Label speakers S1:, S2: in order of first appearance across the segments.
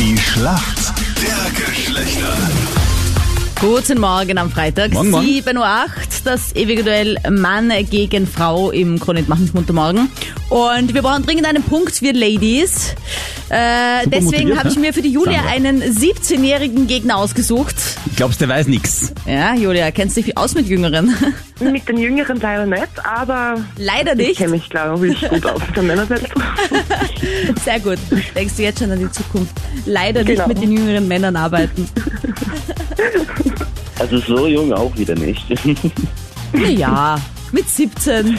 S1: Schlacht der Geschlechter.
S2: Guten Morgen am Freitag,
S3: Morgen, morgen.
S2: 7.08 Uhr, das ewige Duell Mann gegen Frau im Kronet machen guten Morgen. Und wir brauchen dringend einen Punkt, wir Ladies. Äh, deswegen
S3: motiviert,
S2: habe ich
S3: ne?
S2: mir für die Julia
S3: Sandra.
S2: einen 17-jährigen Gegner ausgesucht.
S3: Ich glaub's, der weiß nix.
S2: Ja, Julia, kennst du dich aus mit Jüngeren?
S4: Mit den Jüngeren leider nicht, aber
S2: Leider
S4: ich
S2: nicht.
S4: kenne mich, glaube ich, gut aus der Männerseite.
S2: Sehr gut. Denkst du jetzt schon an die Zukunft? Leider
S4: Genau.
S2: nicht mit den jüngeren Männern arbeiten.
S5: Also so jung auch wieder nicht. Also
S2: Ja, mit 17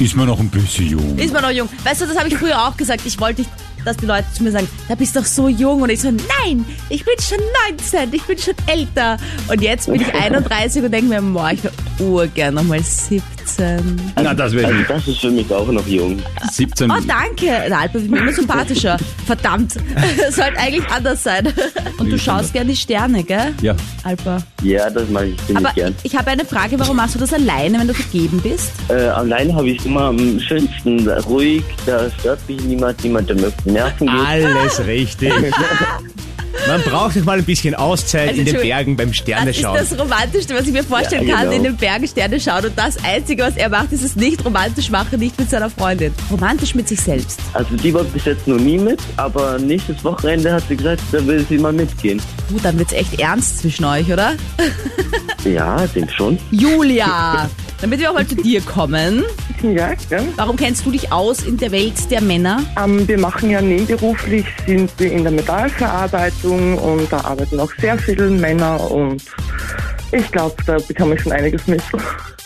S3: Ist man noch ein bisschen jung.
S2: ist man noch jung. Weißt du, das habe ich früher auch gesagt. Ich wollte nicht, dass die Leute zu mir sagen, da bist doch so jung. Und ich so, nein, ich bin schon 19, ich bin schon älter. Und jetzt bin ich 31 und denke mir, boah, ich wäre urgern nochmal 17.
S3: Na, das wäre
S5: Also
S3: ich.
S5: das ist für mich auch noch jung.
S3: 17.
S2: Oh, danke. Der Alper wird mir immer sympathischer. Verdammt. Sollte eigentlich anders sein. Und du schaust gerne die Sterne, gell?
S3: Ja.
S2: Alper.
S5: Ja, das mache ich ziemlich
S2: Aber
S5: gern.
S2: ich habe eine Frage, warum machst du das alleine, wenn du vergeben bist?
S5: Äh, allein habe ich es immer am schönsten. äh, Ruhig, da stört mich niemand, niemand, der mir auf die Nerven geht.
S2: Ah.
S6: Alles richtig. Man braucht sich mal ein bisschen Auszeit
S2: Also,
S6: in den
S2: Entschuldigung.
S6: Bergen beim Sterne
S2: Das ist
S6: schauen.
S2: das Romantischste, was ich mir vorstellen
S5: Ja,
S2: kann,
S5: genau.
S2: in den Bergen Sterne schauen. Und das Einzige, was er macht, ist es nicht romantisch machen, nicht mit seiner Freundin. Romantisch mit sich selbst.
S5: Also die war bis jetzt noch nie mit, aber nächstes Wochenende hat sie gesagt, da will sie mal mitgehen.
S2: Gut, dann wird's echt ernst zwischen euch, oder?
S5: Ja, dem schon.
S2: Julia, damit wir auch mal zu dir kommen.
S4: ja, ja.
S2: Warum kennst du dich aus in der Welt der Männer?
S4: Ähm, wir machen ja nebenberuflich, sind wir in der Metallverarbeitung und da arbeiten auch sehr viele Männer und ich glaube, da bekomme ich schon einiges mit.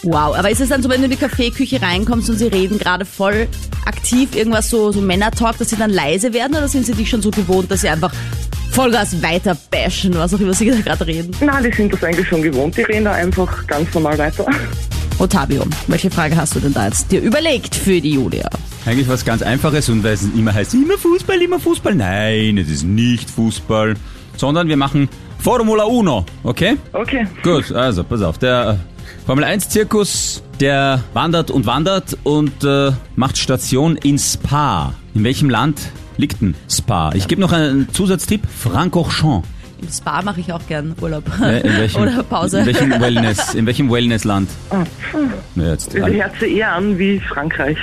S2: Wow, aber ist es dann so, wenn du in die Kaffeeküche reinkommst und sie reden gerade voll aktiv irgendwas so, so Männer-Talk, dass sie dann leise werden oder sind sie dich schon so gewohnt, dass sie einfach Vollgas weiter bashen, was auch immer sie da gerade reden?
S4: Na, die sind das eigentlich schon gewohnt, die reden da einfach ganz normal weiter.
S2: Otavio, welche Frage hast du denn da jetzt dir überlegt für die Julia?
S3: Eigentlich was ganz Einfaches und weil es immer heißt, immer Fußball, immer Fußball. Nein, es ist nicht Fußball, sondern wir machen Formula Uno, okay?
S4: Okay,
S3: Gut, also pass auf, der äh, Formel 1 Zirkus, der wandert und wandert und äh, macht Station in Spa. In welchem Land liegt denn Spa? Ich gebe noch einen Zusatztipp, Francorchamps.
S2: Im Spa mache ich auch gern Urlaub.
S3: Äh, in welchem,
S2: oder Pause.
S3: In welchem Wellness, in welchem Wellnessland? Na, jetzt,
S4: ich hört sich eher an wie Frankreich.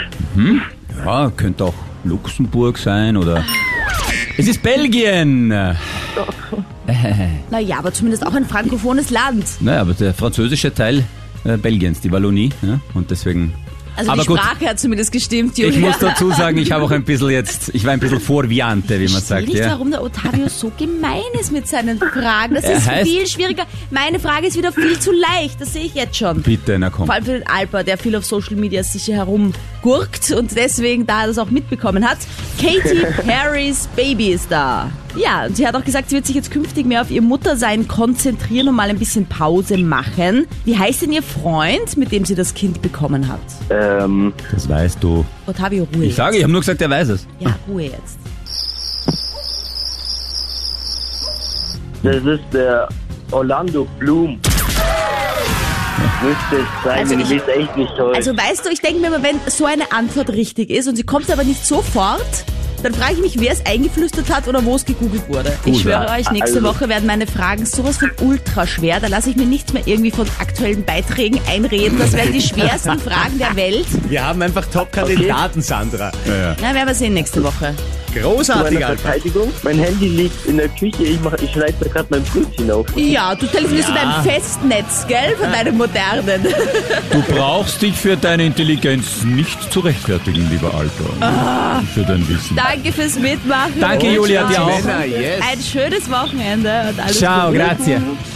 S3: ja, könnte auch Luxemburg sein oder. Es ist Belgien!
S2: naja, aber zumindest auch ein frankophones Land.
S3: Naja, aber der französische Teil äh, Belgiens, die Wallonie, ja? und deswegen.
S2: Also
S3: aber
S2: die
S3: gut,
S2: Sprache hat zumindest gestimmt,
S3: ich
S2: Julia.
S3: muss dazu sagen, ich habe auch ein bisschen jetzt, ich war ein bisschen Vorviante, wie man sagt.
S2: Ich verstehe nicht,
S3: Ja.
S2: warum der Otavio so gemein ist mit seinen Fragen. Das
S3: Er
S2: ist
S3: heißt-
S2: viel schwieriger. Meine Frage ist wieder viel zu leicht, das sehe ich jetzt schon.
S3: Bitte, na komm.
S2: Vor allem für den Alper, der viel auf Social Media sicher herumgurkt und deswegen da er das auch mitbekommen hat. Katy Perry's Baby ist da. Ja, und sie hat auch gesagt, sie wird sich jetzt künftig mehr auf ihr Muttersein konzentrieren und mal ein bisschen Pause machen. Wie heißt denn ihr Freund, mit dem sie das Kind bekommen hat?
S5: Ähm,
S3: Das weißt du.
S2: Otavio, Ruhe.
S3: Ich sage, ich habe nur gesagt, er weiß es.
S2: Ja, Ruhe jetzt.
S5: das ist der Orlando Bloom. Müsste es sein,
S2: Also
S5: wenn
S2: ich-
S5: ich mich echt nicht täusche.
S2: Also weißt du, ich denke mir immer, wenn so eine Antwort richtig ist und sie kommt aber nicht sofort, dann frage ich mich, wer es eingeflüstert hat oder wo es gegoogelt wurde. Ich
S3: Gut,
S2: schwöre
S3: ja.
S2: euch, nächste
S5: Also-
S2: Woche werden meine Fragen sowas von ultra schwer. Da lasse ich mir nichts mehr irgendwie von aktuellen Beiträgen einreden. Das werden die schwersten Fragen der Welt.
S6: Wir haben einfach Top-Kandidaten, Sandra.
S2: Na, werden wir sehen nächste Woche.
S5: Zu meiner
S6: Großartig, Alter.
S5: Verteidigung. Mein Handy liegt in der Küche. Ich, mach- ich schneide mir gerade mein Brötchen auf.
S2: Ja, du telefonierst mit einem Festnetz, gell, von deinem modernen.
S3: Du brauchst dich für deine Intelligenz nicht zu rechtfertigen, lieber Alter.
S2: Ah.
S3: Für dein Wissen.
S2: Danke fürs Mitmachen.
S3: Danke,
S2: Und
S3: Julia, dir
S2: Oh, ciao.
S3: auch.
S6: Männer, yes.
S2: Ein schönes Wochenende und alles
S6: Ciao,
S2: Gute.
S6: grazie.